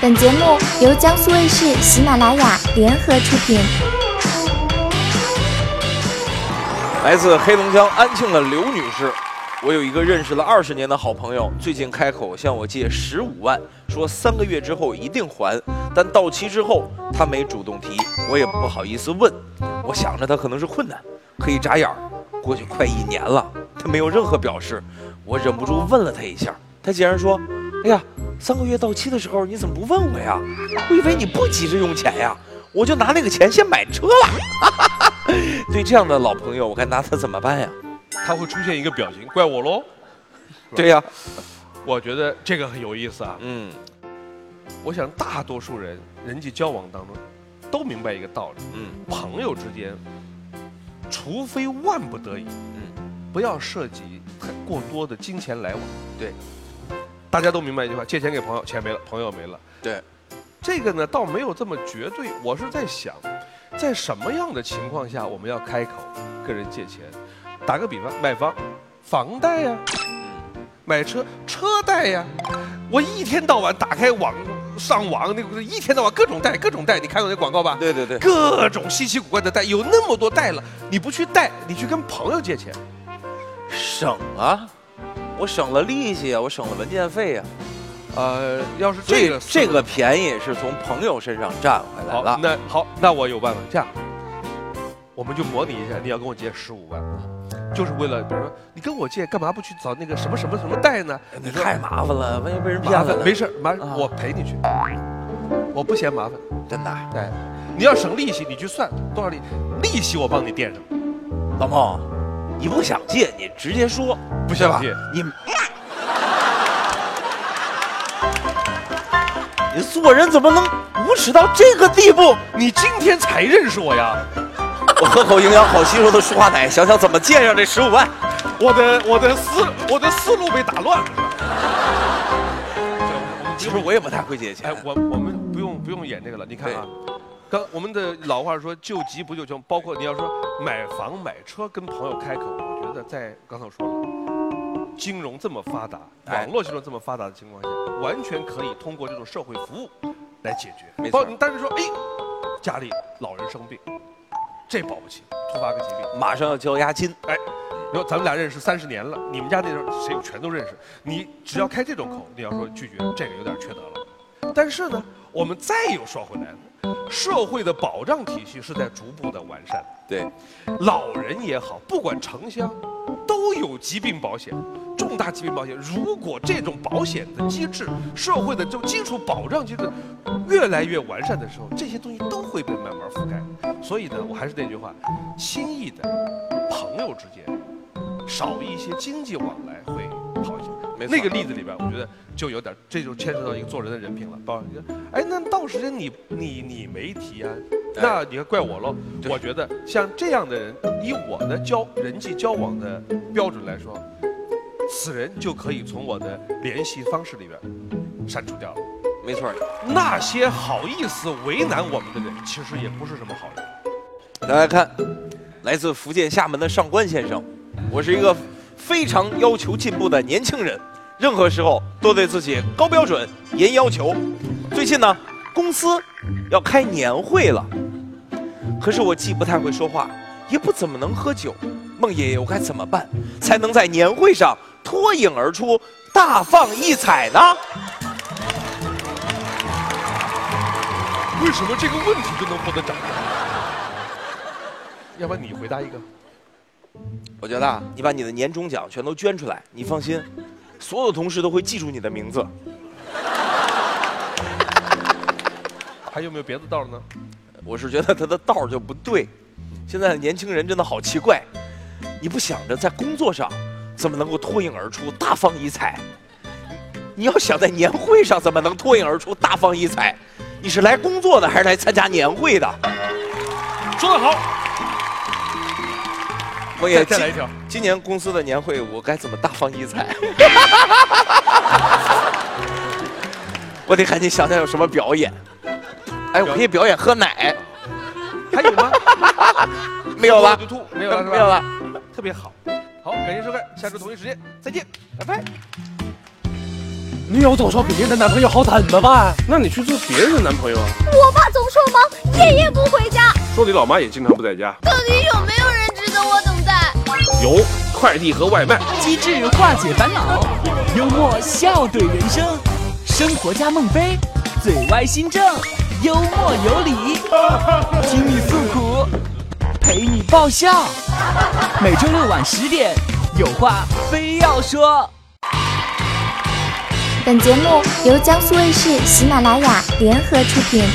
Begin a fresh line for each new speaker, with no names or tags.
本节目由江苏卫视、喜马拉雅联合出品。
来自黑龙江安庆的刘女士，我有一个认识了二十年的好朋友，最近开口向我借十五万，说三个月之后一定还，但到期之后她没主动提，我也不好意思问。我想着她可能是困难，可一眨眼儿过去快一年了，她没有任何表示，我忍不住问了她一下，她竟然说：“哎呀，三个月到期的时候你怎么不问我呀？我以为你不急着用钱呀，我就拿那个钱先买车了。”对这样的老朋友，我该拿他怎么办呀？
他会出现一个表情，怪我喽。
对呀、
我觉得这个很有意思啊。
嗯
我想大多数人人际交往当中都明白一个道理：
嗯
朋友之间，除非万不得已，
嗯
不要涉及太过多的金钱来往。
对，
大家都明白一句话：借钱给朋友，钱没了，朋友没了。
对，
这个呢倒没有这么绝对。我是在想，在什么样的情况下我们要开口跟人借钱？打个比方，买房，房贷呀、
嗯，
买车车贷呀，我一天到晚打开网上网，那个一天到晚各种贷各种贷，你看过那广告吧？
对对对，
各种稀奇古怪的贷，有那么多贷了，你不去贷，你去跟朋友借钱，
省啊，我省了利息啊，我省了文件费呀、
呃，要是这
这
个
这个便宜是从朋友身上占回来
好，
了。
那好，那我有办法，这样，我们就模拟一下，你要跟我借十五万。就是为了，比如说你跟我借，干嘛不去找那个什么什么什么贷呢？
哎你
说
太麻烦了，万一被人骗
麻
了
烦
呢，
没事儿，麻
啊
我陪你去，我不嫌麻烦。
真的啊。
哎，你要省利息，你去算多少利，利息我帮你垫上，
老孟，你不想借，你直接说，
不
对吧
想借。？
你。你做人怎么能无耻到这个地步？
你今天才认识我呀？
我喝口营养好吸收的舒化奶，想想怎么借上这十五万。
我的我的思我的思路被打乱了。
其实我也不太会借钱
哎，，我我们不用不用演这个了，你看啊。刚我们的老话说救急不救穷，包括你要说买房买车跟朋友开口，我觉得在刚才我说了，金融这么发达，
哎
网络金融这么发达的情况下，完全可以通过这种社会服务来解决。
没错
包括你当时说，哎，家里老人生病，这保不齐突发个疾病，
马上要交押金。
你说咱们俩认识三十年了，你们家那时候谁全都认识。你只要开这种口，你要说拒绝，这个有点缺德了。但是呢，我们再又说回来了，社会的保障体系是在逐步的完善。
对，
老人也好，不管城乡，都有疾病保险，重大疾病保险。如果这种保险的机制、社会的这种基础保障机制越来越完善的时候，这些东西都会被慢慢覆盖。所以呢，我还是那句话，轻易的朋友之间少一些经济往来会好一些。
没错
那个例子里边，我觉得就有点，这就牵扯到一个做人的人品了。包括你说，哎，那到时间你你你没提啊，
哎
那你还怪我喽？
对
我觉得像这样的人，以我的交人际交往的标准来说，此人就可以从我的联系方式里边删除掉了。
没错。
那些好意思为难我们的人，其实也不是什么好人。
大家看，来自福建厦门的上官先生，我是一个非常要求进步的年轻人，任何时候都对自己高标准、严要求。最近呢，公司要开年会了，可是我既不太会说话，也不怎么能喝酒。孟爷爷，我该怎么办才能在年会上脱颖而出、大放异彩呢？
为什么这个问题就能获得掌声？要不然你回答一个。
我觉得啊，你把你的年终奖全都捐出来，你放心，所有同事都会记住你的名字。
还有没有别的道儿呢？
我是觉得他的道儿就不对。现在的年轻人真的好奇怪，你不想着在工作上怎么能够脱颖而出、大放异彩？你你要想在年会上怎么能脱颖而出、大放异彩？你是来工作的还是来参加年会的？
说得好，
我
再
也
再来一
今
条。
今年公司的年会，我该怎么大放异彩？ 我得赶紧想想有什么表演。哎，我可以表演喝奶，
还有 吗？
没有了
就，吐，没
没
有了是吧？
有了。
特别好。好，感谢收看，下周同一时间再见，拜拜。
女友总说别人的男朋友好，怎么办？
那你去做别人的男朋友啊？
我爸总说忙，夜夜不回家。
说你老妈也经常不在家，
到底有没有人值得我等待？
有快递和外卖。
机智化解烦恼，幽默笑对人生，生活加孟非，嘴歪心正，幽默有理，听你诉苦，陪你爆笑。每周六晚十点，有话非要说。
本节目由江苏卫视、喜马拉雅联合出品。